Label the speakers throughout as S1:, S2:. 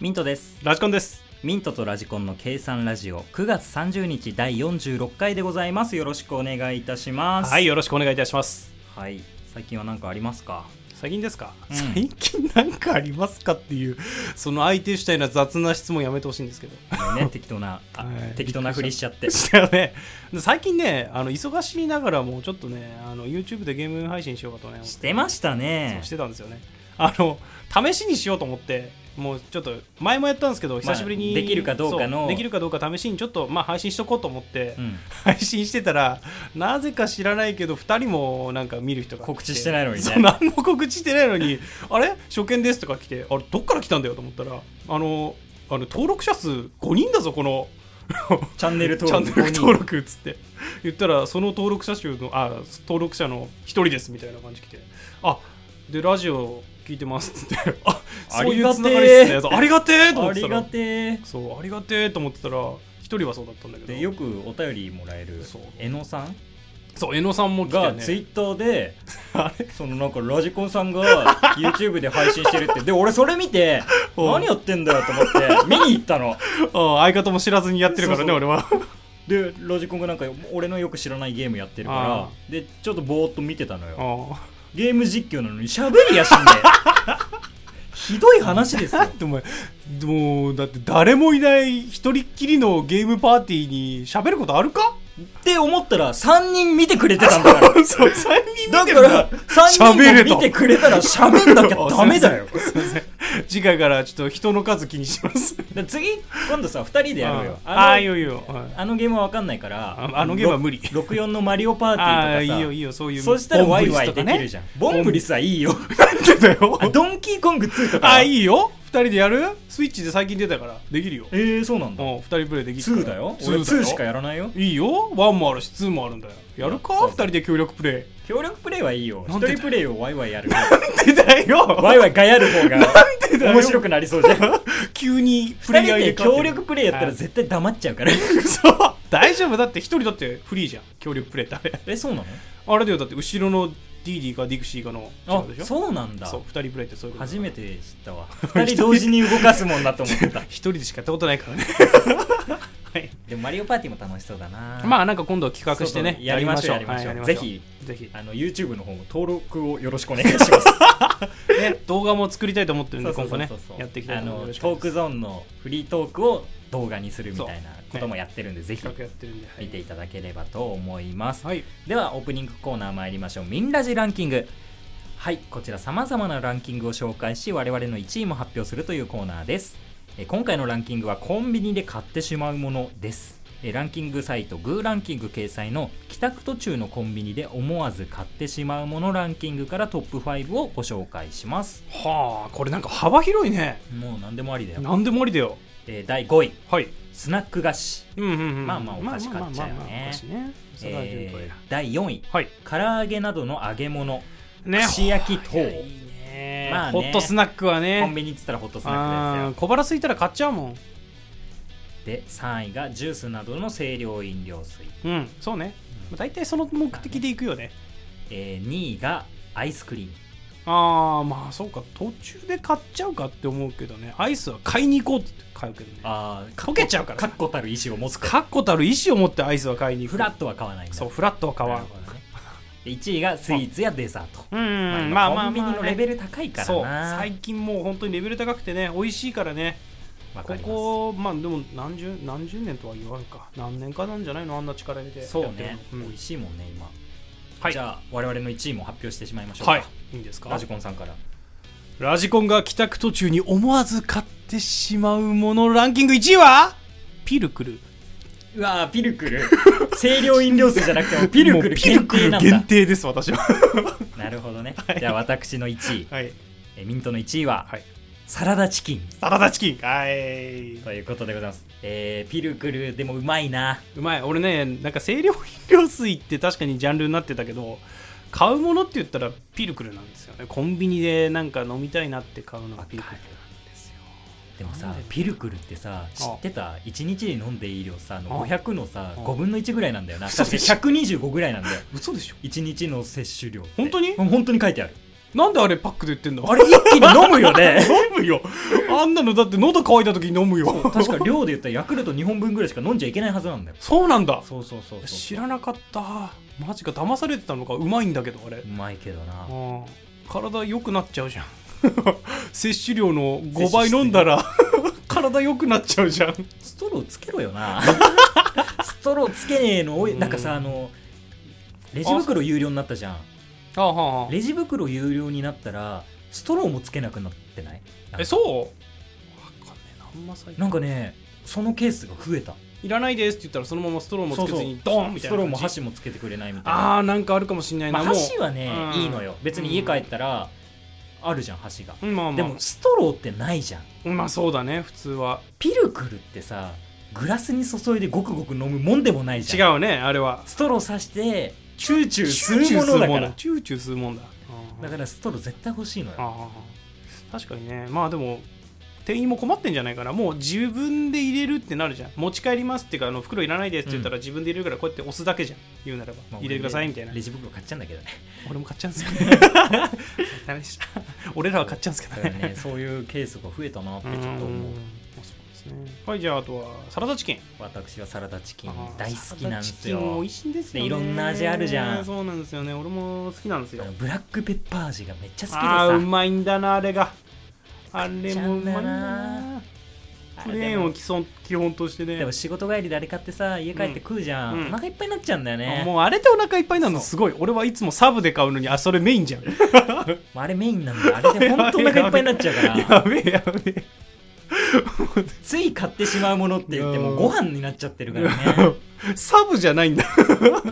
S1: ミントです
S2: ラジコンです。
S1: ミントとラジコンの計算ラジオ9月30日第46回でございますよろしくお願いいたします
S2: はい、よろしくお願いいたします。
S1: はい最近は何かありますか
S2: 最近ですか、
S1: うん
S2: 最近なんかありますかっていう、その相手主体な雑な質問やめてほしいんですけど。
S1: ご めんね適当な、あ
S2: はい
S1: 適当なふりしちゃって
S2: したよね。で最近ね、あの忙しいながらも、ちょっとね、あの YouTube でゲーム配信しようかとね、
S1: してましたね
S2: そうしてたんですよね。あの、試しにしようと思って、もうちょっと前もやったんですけど、久しぶり
S1: ま
S2: に、
S1: あできるかどうかの
S2: そできるかどうか試しにちょっと、まあ、配信しとこうと思って、
S1: うん、
S2: 配信してたらなぜか知らないけど2人もなんか見る人が来
S1: 告知してないのにね
S2: そう何も告知してないのにあれ初見ですとか来てあれどっから来たんだよと思ったらあのあの登録者数5人だぞこの
S1: チャンネル
S2: チャ
S1: 登
S2: ンネ
S1: 録
S2: ル登録っつって言ったらその登録者数のあ登録者の1人ですみたいな感じ来てあでラジオ聞いてますっつってあそういうつながりっすねそうありがてえと思
S1: あ
S2: って
S1: り
S2: た
S1: が
S2: ら
S1: てえ
S2: そうありがてえと思ってたら1人はそうだったんだけど
S1: でよくお便りもらえる
S2: そう
S1: えのさん
S2: そう、江野さんも来
S1: が
S2: てね
S1: ツイッター でそのなんかラジコンさんが YouTube で配信してるってで俺それ見て
S2: うん
S1: 何やってんだよと思って見に行ったの
S2: ああ相方も知らずにやってるからね
S1: そうそう
S2: 俺は
S1: でラジコンがなんか俺のよく知らないゲームやってる
S2: あ
S1: からでちょっとぼーっと見てたのよ
S2: あ
S1: ゲーム実況なのに喋りやし んでひどい話ですよ
S2: あ でももうだって誰もいない一人っきりのゲームパーティーに喋ることあるか
S1: って思ったら3人見てくれてたんだ から
S2: そう3人
S1: だから3人も見てくれたら喋んなきゃダメだ よ
S2: 次回からちょっと人の数気にします
S1: で次今度さ2人でやろうよ
S2: ああ
S1: あ
S2: いい
S1: の
S2: よいいよはい
S1: あのゲームは分かんないから
S2: ああのゲームは無理
S1: ろ64のマリオパーティ
S2: ああ
S1: ーと
S2: いい
S1: かさ
S2: よいいよそういう
S1: そしたら
S2: ボ
S1: ワ
S2: ン
S1: イ
S2: ブリ
S1: ワ
S2: ス
S1: イ
S2: と
S1: で
S2: か
S1: き
S2: ね
S1: るじゃんボンブリスはいいよ
S2: なんでだよ
S1: あドンキーコング2とか
S2: ああいいよ2人でやるスイッチで最近出たからできるよ
S1: えー、そうなんだ
S2: もう2人プレイできる
S1: 2
S2: から
S1: だよ
S2: ツ
S1: 俺
S2: ーだよ
S1: 2しかやらないよ
S2: いいよ1もあるし2もあるんだよやるか
S1: そうそう
S2: 2人で協力プレイ
S1: 協力プレイはいいよ
S2: な
S1: 一
S2: んでだ
S1: 人プレイをワイワイやる
S2: 出たよ
S1: ワイワイがやる方が
S2: だよ
S1: 面白くなりそうじゃん
S2: 急に
S1: 2
S2: プレイヤ
S1: 人
S2: ー入れ
S1: で
S2: 替わって
S1: 協力プレイやったら絶対黙っちゃう から
S2: そう大丈夫だって1人だってフリーじゃん協力プレイってあれ
S1: えそうなの
S2: あれだよだって後ろのディーディーかディクシーかの
S1: あ
S2: 違でしょう
S1: そうなんだ
S2: そう2人プレイってそういうこと
S1: 初めて知った わ2人同時に動かすもんだと思ってた
S2: 1人でしかやったことないか らねはい
S1: でもマリオパーティーも楽しそうだな
S2: まあなんか今度は企画して
S1: そう
S2: ね
S1: そうやりましょうやりましょう
S2: はい
S1: ぜひ
S2: ぜひ
S1: あの YouTube の方も登録をよろしくお願い します
S2: ね動画も作りたいと思ってるんで今後ね
S1: そうそうそうそう
S2: やっていきたい
S1: あ
S2: と思い
S1: の
S2: ます
S1: トークゾーンのフリートークを動画にするみたいなこともやってるんで、ぜひ
S2: 企画やってるんでは
S1: 見ていただければと思います、
S2: はい
S1: ではオープニングコーナー参りましょう「みんラジランキング」はいこちらさまざまなランキングを紹介し我々の1位も発表するというコーナーですえー今回のランキングはコンビニで買ってしまうものですえーランキングサイトグーランキング掲載の帰宅途中のコンビニで思わず買ってしまうものランキングからトップ5をご紹介します
S2: はあこれなんか幅広いね
S1: もう何でもありだよ、
S2: 何でもありだよ
S1: えー第5位
S2: はい
S1: スナック菓子、
S2: うんうんうん
S1: まあまあお菓子買っちゃうよね
S2: まあまあまあまあお菓子ねそれは順当
S1: えー
S2: や
S1: 第4位
S2: はい
S1: 唐揚げなどの揚げ物
S2: ね
S1: 串焼き等
S2: いやいいね
S1: まあね
S2: ホットスナックはね
S1: コンビニっつったらホットスナッ
S2: あ
S1: ク
S2: ー小腹空いたら買っちゃうもん
S1: ですよで3位がジュースなどの清涼飲料水、
S2: うんそうね、まあ、大体その目的で行くよね
S1: え2位がアイスクリーム
S2: ああまあそうか途中で買っちゃうかって思うけどねアイスは買いに行こうって買うけどね
S1: あ
S2: 溶けちゃうから
S1: 確固たる意志を持つから
S2: 確固たる意思を持ってアイスは買いに行く
S1: フラットは買わないんだ
S2: そうフラットは買わ
S1: な
S2: ん
S1: るほどねで1位がスイーツやデザート
S2: う
S1: まあ
S2: ん
S1: 今
S2: まあまあ
S1: コンビニ
S2: まあ
S1: の
S2: ね
S1: レベル高いから
S2: そう
S1: な
S2: 最近もう本当にレベル高くてね美味しいからね
S1: わか
S2: こ
S1: ります
S2: こまあでも何十何十年とは言わんか何年かなんじゃないのあんな力入れて
S1: そう
S2: やってる
S1: ね
S2: の、ん
S1: 美味しいもんね今、
S2: はい
S1: じゃあ我々の1位も発表してしまいましょうか、
S2: はいいいんですか
S1: ラジコンさんから
S2: ラジコンが帰宅途中に思わず買ってしまうものランキング1位はピルクル
S1: うわーピルクル 清涼飲料水じゃなくてもピルク
S2: も
S1: ル
S2: う ピ
S1: 限
S2: ルクル
S1: 定なん
S2: 限
S1: だ
S2: 定です私は
S1: なるほどね、
S2: はい
S1: じゃあ私の1位
S2: はい
S1: えミントの1位は、
S2: はい
S1: サラダチキン
S2: サラダチキンはい
S1: ということでございます、えー、ピルクルでもうまいな
S2: うまい俺ねなんか清涼飲料水って確かにジャンルになってたけど買うものって言ったらピルクルなんですよねコンビニでなんか飲みたいなって買うのがピルクルなんですよ
S1: でもさ
S2: なんで
S1: ピルクルってさ知ってた1日に飲んでいい量さあの
S2: あ
S1: 500のさ
S2: あ
S1: 5分の1ぐらいなんだよな
S2: 嘘
S1: 確か
S2: でしょ
S1: 125ぐらいなんだよ
S2: 嘘でしょ
S1: 1日の摂取量って
S2: 本当に
S1: うん本当に書いてある
S2: なんであれパックで売ってんだ
S1: あ れ一気に飲むよ ね
S2: 飲むよあんなのだって喉乾いた時に飲むよ
S1: 確か量で言ったらヤクルト2本分ぐらいしか飲んじゃいけないはずなんだよ
S2: そうなんだ
S1: そうそうそうそう
S2: 知らなかったマジか騙されてたのかうまいんだけどあれ
S1: うまいけどな
S2: ああ体良くなっちゃうじゃん 摂取量の5倍飲んだら 体良くなっちゃうじゃん
S1: ストローつけろよな ストローつけねえの多い
S2: うん
S1: なんかさあのレジ袋有料になったじゃん
S2: ああは
S1: レジ袋有料になったらストローもつけなくなってないなんか
S2: えそうわかんねえなあんま最近
S1: なんかねそのケースが増えた
S2: いらないですって言ったらそのままストローもつけずに
S1: そうそう
S2: ドーンみた
S1: ス
S2: いな
S1: トローも
S2: 感
S1: 箸
S2: じ
S1: もつけてくれないみたいな
S2: ああなんかあるかもしんない
S1: ま
S2: な、
S1: あ、
S2: もう
S1: 箸はね
S2: うん
S1: いいのよ別に家帰ったらあるじゃん箸が
S2: うんまあまあ
S1: でもストローってないじゃん
S2: まあそうだね普通は
S1: ピルクルってさグラスに注いでごくごく飲むもんでもないじ
S2: 違
S1: ゃん違う
S2: うねあれは
S1: ストローさしてチューチュー
S2: チ
S1: す
S2: ューチ
S1: る
S2: ュ
S1: も
S2: ー
S1: のだか
S2: するも
S1: ら
S2: んチューチューするもんだうん
S1: だからストロー絶対欲しいのよ
S2: ああ確かにねまあでも店員も困ってんじゃないかなもう自分で入れるってなるじゃん持ち帰りますっていうかあの袋いらないですって言ったら自分で入れるからこうやって押すだけじゃん言うならば
S1: まあ
S2: 入れてくださいみたいな
S1: レジ袋買っちゃうんだけどね
S2: 俺も買っちゃうんですけどダメでした俺らは買っちゃうんですけ
S1: だ
S2: ど
S1: か
S2: ね
S1: らねそういうケースが増えたなって
S2: う
S1: ちょっ
S2: ん
S1: と
S2: まあ
S1: 思う
S2: そうですねはいじゃああとはサラダチキン
S1: 私はサラダチキン
S2: あー
S1: 大好きなんです
S2: サラダチキンも
S1: よ
S2: 美味しいんですよね
S1: でいろんな味あるじゃん
S2: そうなんですよね俺も好きなんですよ
S1: あのブラックペッパー味がめっちゃ好きで
S2: あーう
S1: さ
S2: まいんだなあれがあれもうまいんだ
S1: め
S2: な
S1: あ
S2: プ
S1: れでも
S2: レーンを基本基本としてね
S1: でも仕事帰りであれ買ってさ家帰って食うじゃん、
S2: うん
S1: お腹いっぱいになっちゃうんだよね
S2: あもうあれでお腹いっぱいなの
S1: そう
S2: すごい俺はいつもサブで買うのにあそれメイン じゃん
S1: まああれメインなんだあれで本当お腹いっぱいになっちゃうから
S2: やべえやべえ
S1: つい買ってしまうものって言っても
S2: うん
S1: ご飯になっちゃってるからね
S2: サブじゃないんだ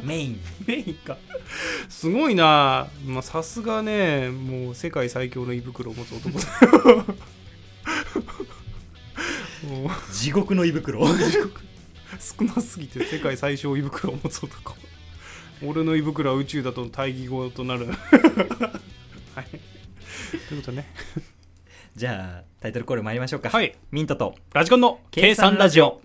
S1: メイン
S2: メインかすごいなまあさすがねもう世界最強の胃袋を持つ男だ もう
S1: 地獄の胃 袋
S2: 少なすぎて世界最小胃袋を持つ男俺の胃袋は宇宙だとの対義語となる はいということね
S1: じゃあタイトルコール参りましょうか
S2: はい
S1: ミントと
S2: ラジコンの計算ラジオ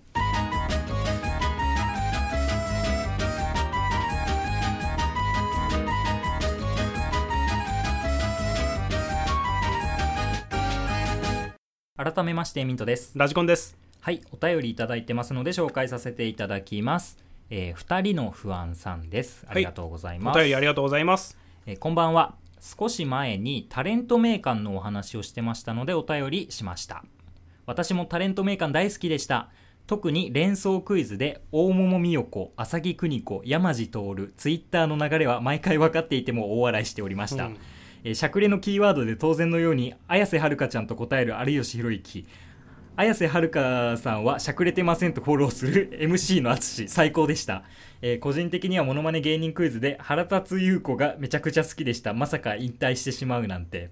S1: 改めましてミントです
S2: ラジコンです
S1: はいお便りいただいてますので紹介させていただきますえー、二人の不安さんですありがとうござい
S2: お
S1: ます、
S2: 便りありがとうございます
S1: えーこんばんは少し前にタレント名鑑のお話をしてましたのでお便りしました私もタレント名鑑大好きでした特に連想クイズで大桃美代子浅木邦子山地徹ツイッターの流れは毎回分かっていても大笑いしておりました、
S2: うん
S1: えーしゃくれのキーワードで当然のように綾瀬はるかちゃんと答える有吉弘行綾瀬はるかさんはしゃくれてませんとフォローする MC の淳最高でした、えー個人的にはモノマネ芸人クイズで原達優子がめちゃくちゃ好きでしたまさか引退してしまうなんて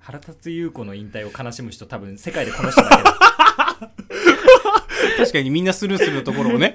S1: 原達優子の引退を悲しむ人多分世界でこの人だけ ど
S2: 確かにみんなスルーするところをね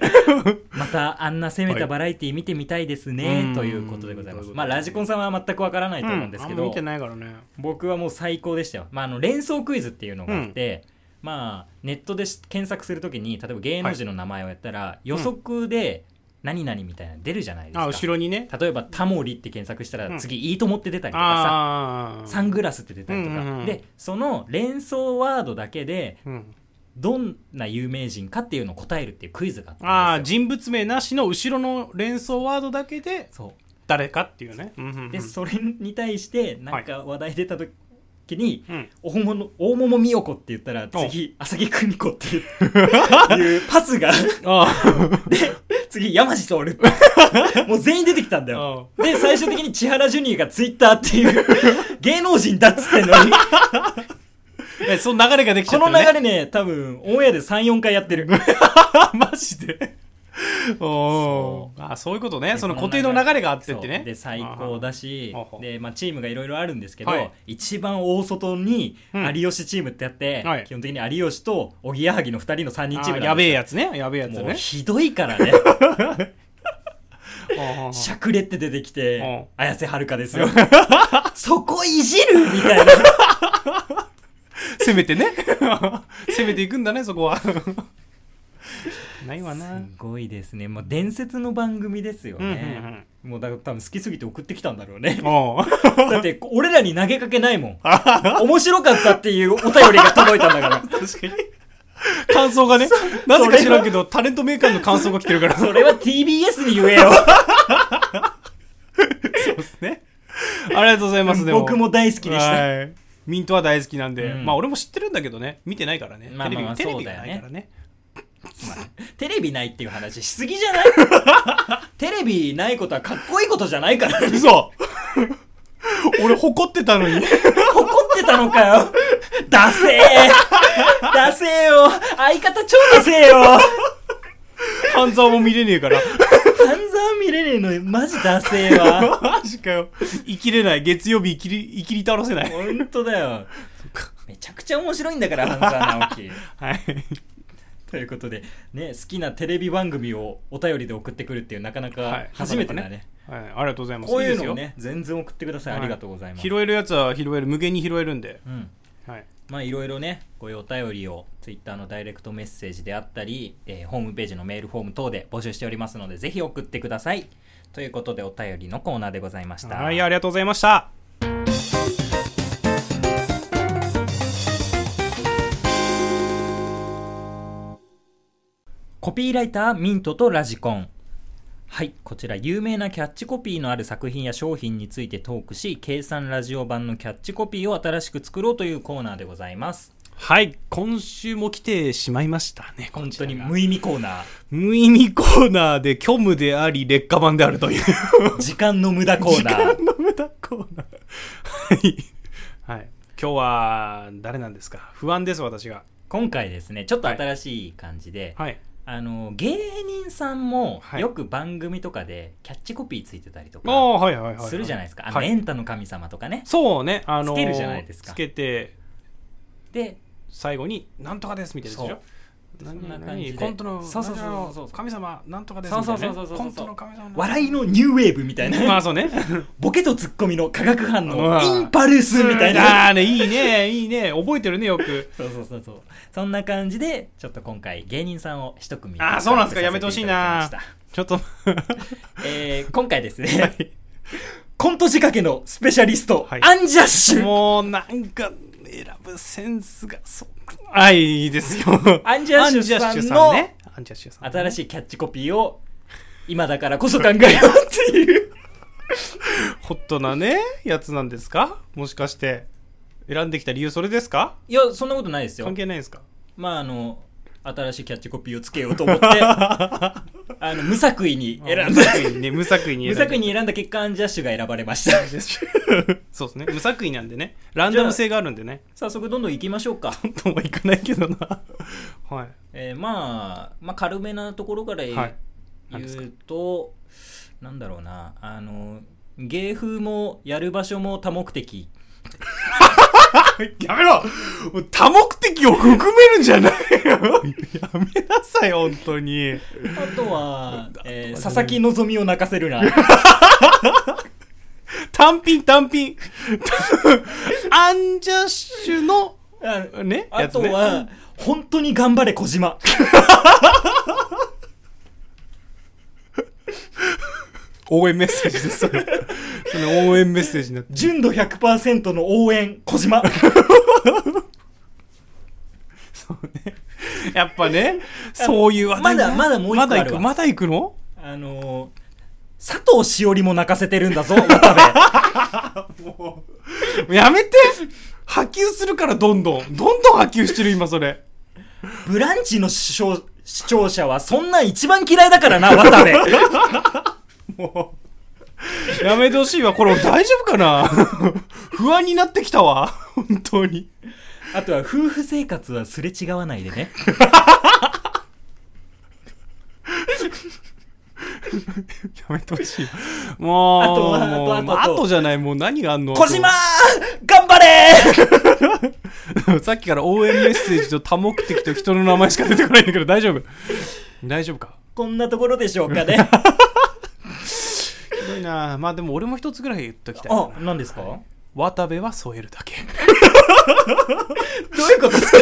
S1: またあんな攻めたバラエティ見てみたいですね、
S2: はい
S1: ということでございま
S2: う
S1: す
S2: ん
S1: まあラジコンさんは全くわからないと思うんですけど、
S2: あんま見てないからね
S1: 僕はもう最高でしたよ、まあ、あの連想クイズっていうのがあって、まあ、ネットでし検索するときに例えば芸能人の名前をやったら、予測で何々みたいなの出るじゃないですか、
S2: あ後ろにね
S1: 例えば「タモリ」って検索したら、
S2: うん
S1: 次「いいと思って出たりとかさ
S2: ああ
S1: サングラスって出たりとか、
S2: うんうんうん
S1: でその連想ワードだけで
S2: うん、
S1: どんな有名人かっていうのを答えるっていうクイズがあ
S2: あ
S1: ったん
S2: あ
S1: ですよ
S2: 人物名なしの後ろの連想ワードだけで
S1: そう
S2: 誰かっていうね、うんうんうん
S1: でそれに対してなんか話題出た時に、
S2: うん
S1: 大物大桃美代子って言ったら次浅木久美子 っていういうパスが
S2: あ
S1: で次山地徹って もう全員出てきたんだよ
S2: あ
S1: で最終的に千原ジュニアがツイッターって いう芸能人だっつってんのに
S2: えその流れができちゃ
S1: こ
S2: った、
S1: の
S2: ね、
S1: 流れね多分オンエアで34回やってる
S2: マジでおーあそういうことねその固定の流れがあってって
S1: そう
S2: ね
S1: で最高だし
S2: あはは
S1: で、まあ、チームがいろいろあるんですけど、
S2: はい
S1: 一番大外に
S2: うん
S1: 有吉チームってあって、
S2: はい
S1: 基本的に有吉とおぎやはぎの2人の3
S2: あ
S1: 人
S2: ー
S1: チーム
S2: やべ
S1: え
S2: えやつねやべえやつ
S1: もう
S2: ね
S1: ひどいからね
S2: あー
S1: しゃくれって出てきて
S2: う
S1: 綾瀬はるかですよ そこいじるみたいな
S2: 攻め てね攻めていくんだねそこはないわな
S1: すごいですねもう伝説の番組ですよ
S2: うんうんう
S1: ね
S2: ん
S1: もうだから多分好きすぎて送ってきたんだろうね
S2: あ
S1: だって俺らに投げかけないもん 面白かったっていうお便りが届いたんだ から
S2: 確かに感想がねなぜか知らんけどタレントメーカーの感想が来てるから
S1: それは TBS に言えよ
S2: そうですね。ありがとうございます、でも。
S1: 僕も大好きでした
S2: はいミントは大好きなんで、
S1: うん
S2: まあ俺も知ってるんだけどね、見てないからね。
S1: まあまあまあ
S2: テレビ、テレビが
S1: そう
S2: な
S1: だよね
S2: いからね。
S1: テレビないっていう話しすぎじゃない テレビないことはかっこいいことじゃないからね
S2: 嘘俺誇ってたの に。
S1: 怒ってたのかよダセえダセえよ相方超ダセえよ
S2: 半沢も見れねえから。
S1: 半沢見れねえのマジダセえわ
S2: マジかよ。生きれない。月曜日生きり、生きり倒せない。
S1: 本当だよめちゃくちゃ面白いんだから半沢直樹
S2: はい。
S1: ということで、ね、好きなテレビ番組をお便りで送ってくるっていうなかな
S2: は
S1: か
S2: い
S1: 初めてだね,、
S2: はい。ありがとうございます。
S1: こうい
S2: で
S1: う
S2: す
S1: のを
S2: よ
S1: ね。全然送ってください、
S2: はい
S1: ありがとうございます
S2: 拾えるやつは拾える。無限に拾えるんで。
S1: うん
S2: はい。
S1: まあいろいろね、こういうお便りを Twitter のダイレクトメッセージであったり、えーホームページのメールフォーム等で募集しておりますので、ぜひ送ってください。ということでお便りのコーナーでございました。
S2: はい、ありがとうございました。
S1: コピーライターミントとラジコン。はい、こちら有名なキャッチコピーのある作品や商品についてトークし、計算ラジオ版のキャッチコピーを新しく作ろうというコーナーでございます。
S2: はい、今週も来てしまいましたね。
S1: 本当に
S2: こちらが
S1: 無意味コーナ
S2: 無意味コーナーで虚無であり劣化版であるという
S1: ー、時間の無駄コー
S2: 時
S1: ナ
S2: 間
S1: ー。
S2: の無駄コーナ ーはい、はい、今日は誰なんですか不安です私が
S1: 今回ですね、ちょっと新しい感じで、
S2: はい
S1: あの芸人さんも
S2: はい
S1: よく番組とかでキャッチコピーついてたりと
S2: あ
S1: か
S2: あはいはいはいはい
S1: するじゃないですか、
S2: は
S1: あのエ
S2: い、
S1: ンタの神様とかね
S2: そうねあの
S1: つ
S2: ー
S1: けるじゃないですか
S2: つけて
S1: で
S2: 最後に「なんとかです」みたいなやつでしょ何
S1: そんな感じで
S2: 何コントの
S1: そうそうそうそう
S2: なんとかの神様なんとかです
S1: そう
S2: みた
S1: そう
S2: い
S1: そ
S2: な
S1: う
S2: ね
S1: そうそう
S2: コントの神様
S1: 笑いのニューウェーブみたいな
S2: まあそうね
S1: ボケとツッコミの化学反
S2: うわ
S1: 応インパル スみたい
S2: あ
S1: な
S2: あねいいねいいね覚えてるねよく
S1: そうそうそうそうそんな感じでちょっと今回芸人さんを一組
S2: あーそうなんですかやめてほしいな
S1: させていただき
S2: ちょっ
S1: ま
S2: と
S1: したえ ー今回ですね、コント仕掛けのスペシャリスト、
S2: はい
S1: アンジャッシュ
S2: もうなんか選ぶセンスがそうあいいですよ
S1: アンジャッシュさんの
S2: アンジャッシュさんね
S1: 新しいキャッチコピーを今だからこそ考えようっていう
S2: ホットなねやつなんですかもしかして選んできた理由それですか
S1: いやそんなことないですよ
S2: 関係ないですか
S1: まああの新しいキャッチコピーをつけようと思 って あの無作為に選ん
S2: 無
S1: だ
S2: 作為にね無作為に
S1: 無
S2: 選ん
S1: 作
S2: で
S1: 為に選んだ結果アンジャッシュが選ばれました
S2: そうですね無作為なんでねランダム性があるんでね
S1: 早速どんどん行きましょうか、
S2: 本当もいかないけどなはい
S1: えーまあ、まあ軽めなところから言う,、
S2: はい 何ですか
S1: となんだろうなあの芸風もやる場所も多目 的
S2: やめろもう多目的を含めるんじゃない よやめなさい本当に
S1: あと は、えー佐々木希を泣かせ るな
S2: 単品単品アンジャッシュの
S1: あ
S2: ね
S1: あ
S2: やつ
S1: と
S2: ね
S1: は、本当に頑張れ小島。
S2: 応援メッセージですそ れその応援メッセージになって
S1: 純度100%の応援小島。
S2: やっぱねそういう話題
S1: まだまだもう一個
S2: まだ
S1: あ
S2: 行
S1: るわ
S2: くまだ行くの
S1: あのー、佐藤しおりも泣かせてるんだぞ、渡部。
S2: やめて波及するからどんどんどんどん波及してる今それ
S1: ブランチの視聴視聴者はそんなん一番嫌いだからな、渡部。
S2: もうやめてほしいわこれ大丈夫かな 不安になってきたわ本当に
S1: あとは、夫婦生活はすれ違わないでね。
S2: やめてほしいもう
S1: あとはあと
S2: もう
S1: あと
S2: まあ
S1: あと
S2: あとじゃないもう何があんの
S1: 小島ー頑張れ ー
S2: さっきから応援メッセージと多目的と人の名前しか出てこないんだけど大丈夫大丈夫か
S1: こんなところでしょうかね。
S2: ひどいなまあでも俺も一つぐらい言っときたい
S1: あ
S2: な、
S1: 何ですかど
S2: 渡部は添えるだ け
S1: ういうことですか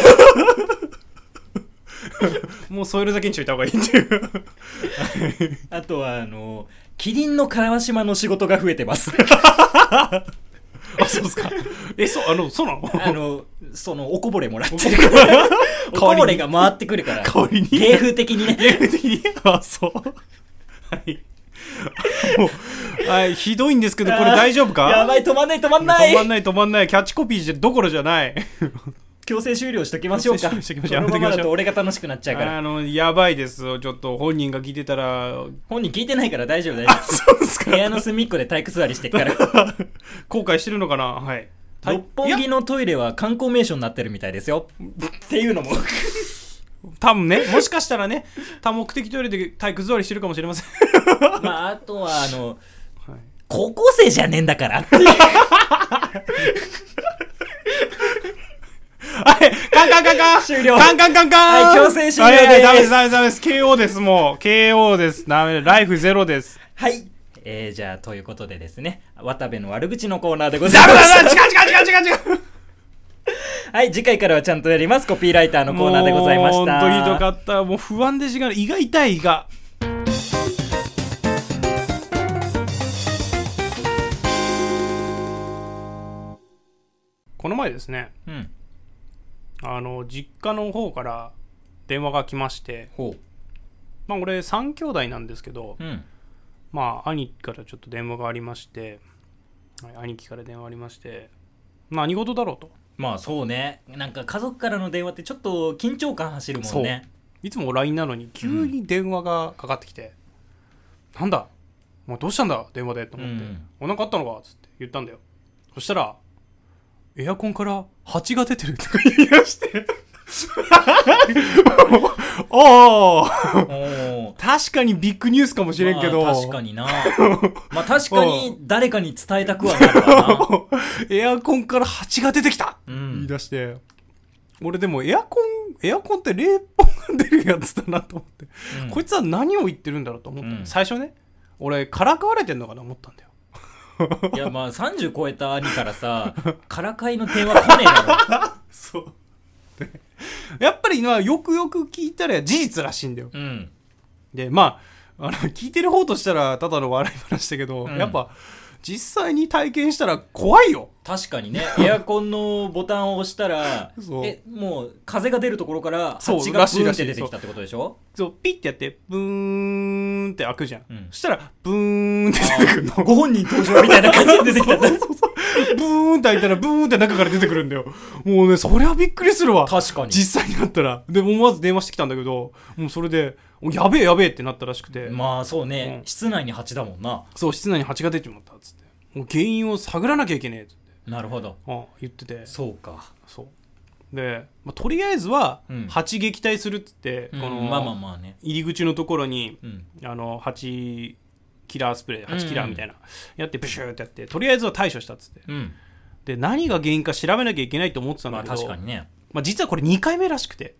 S2: もう添えるだけにしといた方がいいっていう
S1: あとは、あのーキリンの川島の仕事が増えて ます。
S2: あそうですか えそうあのそうなの
S1: あの、その、おこぼれもらってるから。おこぼれが回ってくるから。
S2: 代わりに
S1: 芸風的にね。
S2: ゲーム的にあそうはいもうはいひどいんですけどこれ大丈夫か
S1: やばい、止まんない、止まんない。
S2: 止まんない止まんないキャッチコピーじゃどころじゃない
S1: 強制終了しときましょうか。
S2: 強制終了しときましょう
S1: このままだと俺が楽しくなっちゃうから。
S2: あのやばいですよちょっと本人が聞いてた ら
S1: 本人聞いてないから大丈夫、大丈
S2: そうです
S1: 夫。部屋の隅っこで体育座りしてっ から。
S2: 後悔してるのかなはい
S1: 六本
S2: い
S1: 木
S2: や
S1: のトイレは観光名所になってるみたいですよ。っていうの も。
S2: 多分ねもしかしたらね多目的トイレで体育座りしてるかもしれません、
S1: まあ、あと は、あの、
S2: はい
S1: 高校生じゃねえんだからっていう。
S2: はい、カンカンカンカン
S1: 終了
S2: カンカンカンカン
S1: はい強制終了
S2: はいはいダメで
S1: です
S2: す、ダメです、ダメです。KO です、もう。KO です。ダメライフゼロです。
S1: はい。えー、じゃあ、ということでですね、渡部の悪口のコーナーでござ
S2: ダ
S1: い
S2: メ
S1: ま
S2: だ、
S1: す。
S2: ダメ だ、違う違う違 う違う違う
S1: はい、次回からはちゃんとやります。コピーライターのコーナーでございました。
S2: もう本当ひどかった。もう不安でしがない。胃が痛い、胃が。この前ですね、
S1: うん。
S2: あの、実家の方から電話が来まして、
S1: ほ
S2: まあ俺3兄弟なんですけど
S1: う。、うん。
S2: まあ、兄からちょっと電話がありまして、はい兄貴から電話ありまして、何事だろうと。
S1: まあそうね。なんか家族からの電話ってちょっと緊張感走るもんね。
S2: いつも LINE なのに、急に電話がかかってきて、なんだお前どうしたんだ電話でと思って、
S1: うん
S2: お腹あったのかつって言ったんだよ。そしたら、エアコンから蜂が出てるとか言い出して、 お
S1: おー
S2: ー確かにビッグニュースかもしれんけど、
S1: まあ確かにな。まあ確かに誰かに伝えたくはなるわな。
S2: エアコンから蜂が出てきた
S1: う
S2: 言 い
S1: ん。
S2: 出して、俺でもエアコン、エアコンって冷房が出るやつだなと思って、
S1: うん
S2: こいつは何を言ってるんだろうと思ったの、
S1: うん
S2: 最初ね、俺、からかわれてんのかな思ったんだよ。
S1: いやまあ30超えた兄からさ、からかいの電話来ねえだ
S2: そう。やっぱりな、よくよく聞いたら事実らしいんだよ。
S1: ろ。うん。
S2: で、まあ、あの、聞いてる方としたらただの笑い話だけど、
S1: うん
S2: やっぱ、実際に体験したら怖いよ。
S1: 確かにね、エアコンのボタンを押したら
S2: そ、う
S1: え、もう風が出るところから
S2: そう
S1: 蜂がブーンって出てきたってことでしょ
S2: そう、ピッてやって、ブーンって開くじゃん。
S1: うん
S2: そしたら、ブーンって出てくるの。
S1: ご本人登場みたいな感じで出てきたんだ。
S2: ブーンって開いたらブーンって中から出てくるんだよ。もうね、そりゃびっくりするわ。
S1: 確かに。
S2: 実際になったら。で、思わず電話してきたんだけど、もうそれで、おやべえやべえってなったらしくて、
S1: まあそうね、
S2: うん
S1: 室内に蜂だもんな。
S2: そう、室内に蜂が出てしまったっつって。もう原因を探らなきゃいけねえっつって、
S1: なるほど。
S2: あ言ってて、
S1: そうか。
S2: そう。で、まあ、とりあえずは
S1: うん、
S2: 蜂撃退するっつって、この、
S1: うんまあまあまあね。
S2: 入り口のところに、
S1: うん。
S2: あの、蜂キラースプレー、蜂キ
S1: う
S2: ラ
S1: ん
S2: ー
S1: うん
S2: みたいな、やって、ブシューってやって、とりあえずは対処したっつって。
S1: うん。
S2: で、何が原因か調べなきゃいけないと思ってたん
S1: ま
S2: だ
S1: あ
S2: けど、
S1: 確かにね。
S2: まあ、実はこれ2回目らしくて、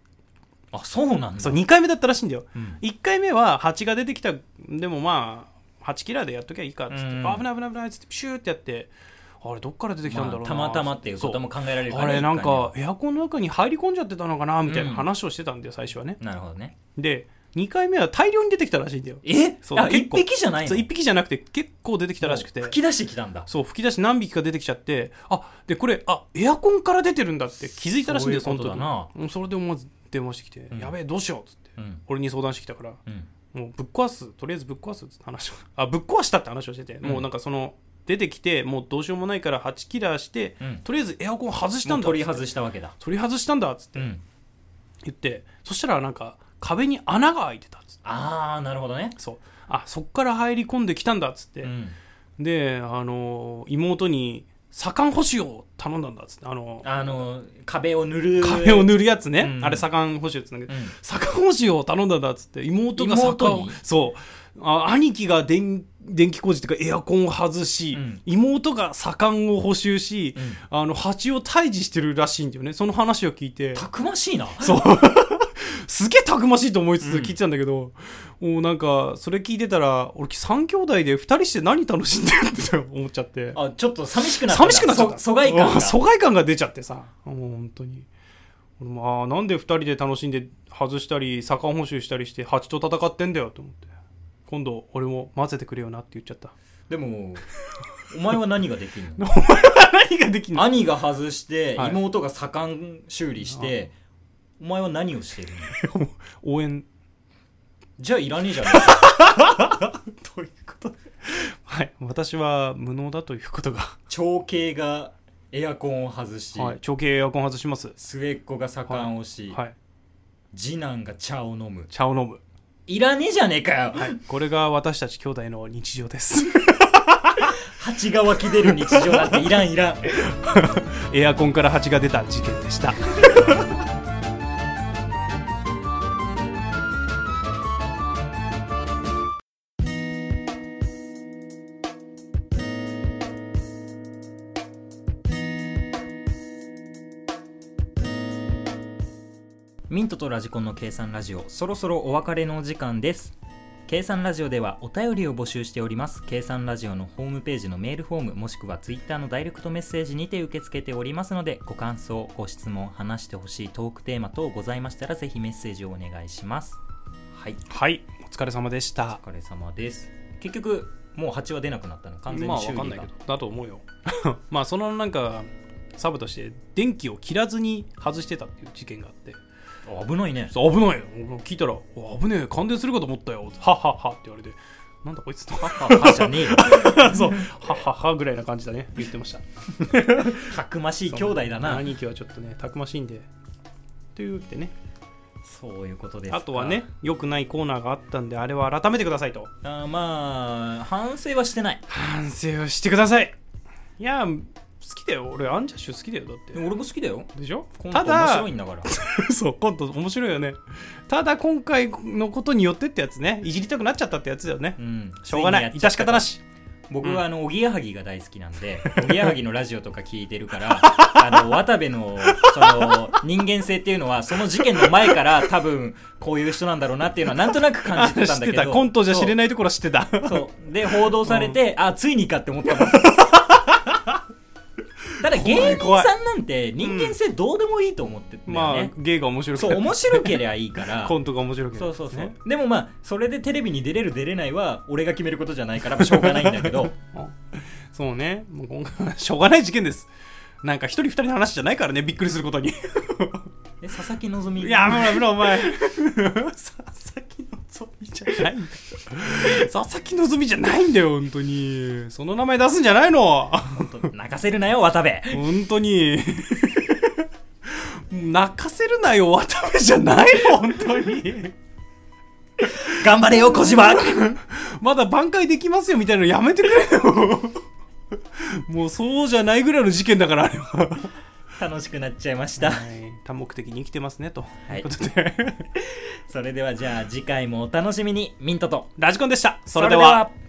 S1: あ、そうなんだ。
S2: そう2回目だったらしいんだよ、
S1: うん
S2: 一1回目は蜂が出てきたでもまあ蜂キラーでやっときゃいいかっつって、
S1: うん
S2: あ危ない危ない危ないっつってピシューってやってあれどっから出てきたんだろうな、
S1: まあたまたまっていうことも考えられる
S2: そう
S1: か
S2: あ
S1: らね
S2: れな
S1: 一
S2: ん
S1: 回
S2: かエアコンの中に入り込んじゃってたのかなみたいな話をしてたんだよ最初はね
S1: 目はなるほどね。
S2: で2回目は大量に出てきたらしいんだよ
S1: え
S2: そう
S1: あ、
S2: 結
S1: 一
S2: 構
S1: 匹じゃないの
S2: そう1匹じゃなくて結構出てきたらしくて
S1: 吹き出してきたんだ。
S2: そう吹き出し何匹か出てきちゃってあでこれあエアコンから出てるんだって気づいたらしいんだよ
S1: そういうことだな
S2: その時うんそれで思わず電話してきて、
S1: ん
S2: やべえどうしようっつって、
S1: うん。
S2: 俺に相談してきたから
S1: うん。
S2: もうぶっ壊すとりあえずぶっ壊すっつって話をあぶっ壊したって話をしてて、
S1: ん
S2: もうなんかその出てきてもうどうしようもないから8キラーして、
S1: うん
S2: とりあえずエアコン外した
S1: も
S2: ん
S1: う
S2: だっ
S1: 取り
S2: つって
S1: 外したわけだ。
S2: 取り外したんだっつって
S1: うん。
S2: 言って、そしたらなんか壁に穴が開いてたっつって
S1: あー、なるほどね。
S2: そうあそっから入り込んできたんだっつって、
S1: うん。
S2: であのー妹に左官補修を頼んだんだっつってあのー
S1: あの、壁を塗る。
S2: 壁を塗るやつね、
S1: うん
S2: あれ左官補修っつうんだけど、
S1: うん
S2: 左官補修を頼んだんだっつって妹が左官
S1: 妹
S2: を
S1: に
S2: そうあ兄貴が電電気工事っていうかエアコンを外し、
S1: うん
S2: 妹が左官を補修し、
S1: うん
S2: あの蜂を退治してるらしいんだよねその話を聞いて
S1: たくましいな。
S2: そうすげえたくましいと思いつつ聞いてたんだけど、もうなんかそれ聞いてたら俺3兄弟で2人して何楽しんでるって思っちゃって
S1: あ、ちょっと寂しくなったんだ。
S2: 寂しくなっちゃった
S1: そ疎外感
S2: うん
S1: が。
S2: 疎外感が出ちゃってさもう本当に俺もああなんで2人で楽しんで外したり左官補修したりして蜂と戦ってんだよと思って今度俺も混ぜてくれよなって言っちゃった
S1: でもお前は何ができるの
S2: 何ができんの
S1: 兄が外して
S2: はい
S1: 妹が左官修理して、お前は何をして るの
S2: 応援
S1: じゃあいらねえじゃん
S2: ということではい私は無能だということが、
S1: 長兄がエアコンを外し、
S2: はい、長径エアコン外します
S1: 末っ子が左官をし、
S2: はい
S1: 次男が茶を飲む
S2: 茶を飲む
S1: いらねえじゃねえかよ、
S2: これが私たち兄弟の日常です
S1: 蜂が湧き出る日常なんていらんいらん
S2: エアコンから蜂が出た事件でした
S1: ミントとラジコンの計算ラジオそろそろお別れのお時間です計算ラジオではお便りを募集しております計算ラジオのホームページのメールフォームもしくはツイッターのダイレクトメッセージにて受け付けておりますのでご感想ご質問話してほしいトークテーマ等ございましたらぜひメッセージをお願いしますはい
S2: はいお疲れ様でした
S1: お疲れ様です結局もう蜂は出なくなったの完全
S2: ま
S1: に
S2: あ
S1: 修
S2: わ
S1: 理
S2: か
S1: が、
S2: んないけどだと思うよ まあそのなんかサブとして電気を切らずに外してたっていう事件があって
S1: あ危ないね
S2: そう危ないよ聞いたらお危ねえ感電するかと思ったよはっはっはって言われてなんだこいつと は
S1: あ歯じゃねえよ
S2: そうはっはっはぐらいな感じだね言ってました
S1: たくましい兄弟だな
S2: 兄貴はちょっとねたくましいんでというわけでね
S1: そういうことですか
S2: あとはね良くないコーナーがあったんであれは改めてくださいと
S1: あーまあ反省はしてない
S2: 反省をしてくださいいや好きだよ俺アンジャッシュ好きだよだっ
S1: でも
S2: て
S1: 俺も好きだよ
S2: でしょ
S1: コント
S2: た
S1: 面
S2: だ
S1: 白いんだ から
S2: そう、コント面白いよね。ただ今回のことによってってやつね、いじりたくなっちゃったってやつだよね
S1: う。ん
S2: しょうがない、致し方なし。
S1: 僕
S2: うん
S1: はあのおぎやはぎが大好きなんで おぎやはぎのラジオとか聞いてるからあの渡部のその人間性っていうのはその事件の前から多分こういう人なんだろうなっていうのはなんとなく感じて
S2: 知
S1: たん
S2: っ
S1: だ
S2: て
S1: けど
S2: た、コントじゃ知れ
S1: ない
S2: ないところは知ってた。
S1: そうそうで報道されて、あついにかって思 ったもんただ芸人
S2: 怖い
S1: さんなんて人間性どうでもいいと思ってんだよ
S2: まあ
S1: ね、、
S2: 芸が面白く
S1: そう面白けりゃいいから
S2: コントが面白く
S1: そうそうそう、
S2: ね
S1: でもまあそれでテレビに出れる出れないは俺が決めることじゃないからしょうがないんだけ ど
S2: そうね、もう今回はしょうがない事件です。なんか一人二人の話じゃないからね、びっくりすることに。
S1: え佐々木希
S2: やめろやめろ、お前。佐々木希じゃないんだよ。佐々木希じゃないんだよ、本当に。その名前出すんじゃないの。
S1: ほんと泣かせるなよ渡部
S2: 本当に泣かせるなよ渡部じゃないの本当に
S1: 頑張れよ小島
S2: まだ挽回できますよみたいなのやめてくれよもうそうじゃないぐらいの事件だからあれは、
S1: 楽しくなっちゃいました
S2: 多目的に生きてますねと
S1: い
S2: いうことで、
S1: それではじゃあ次回もお楽しみにミントと
S2: ラジコンでしたそれでは
S1: それでは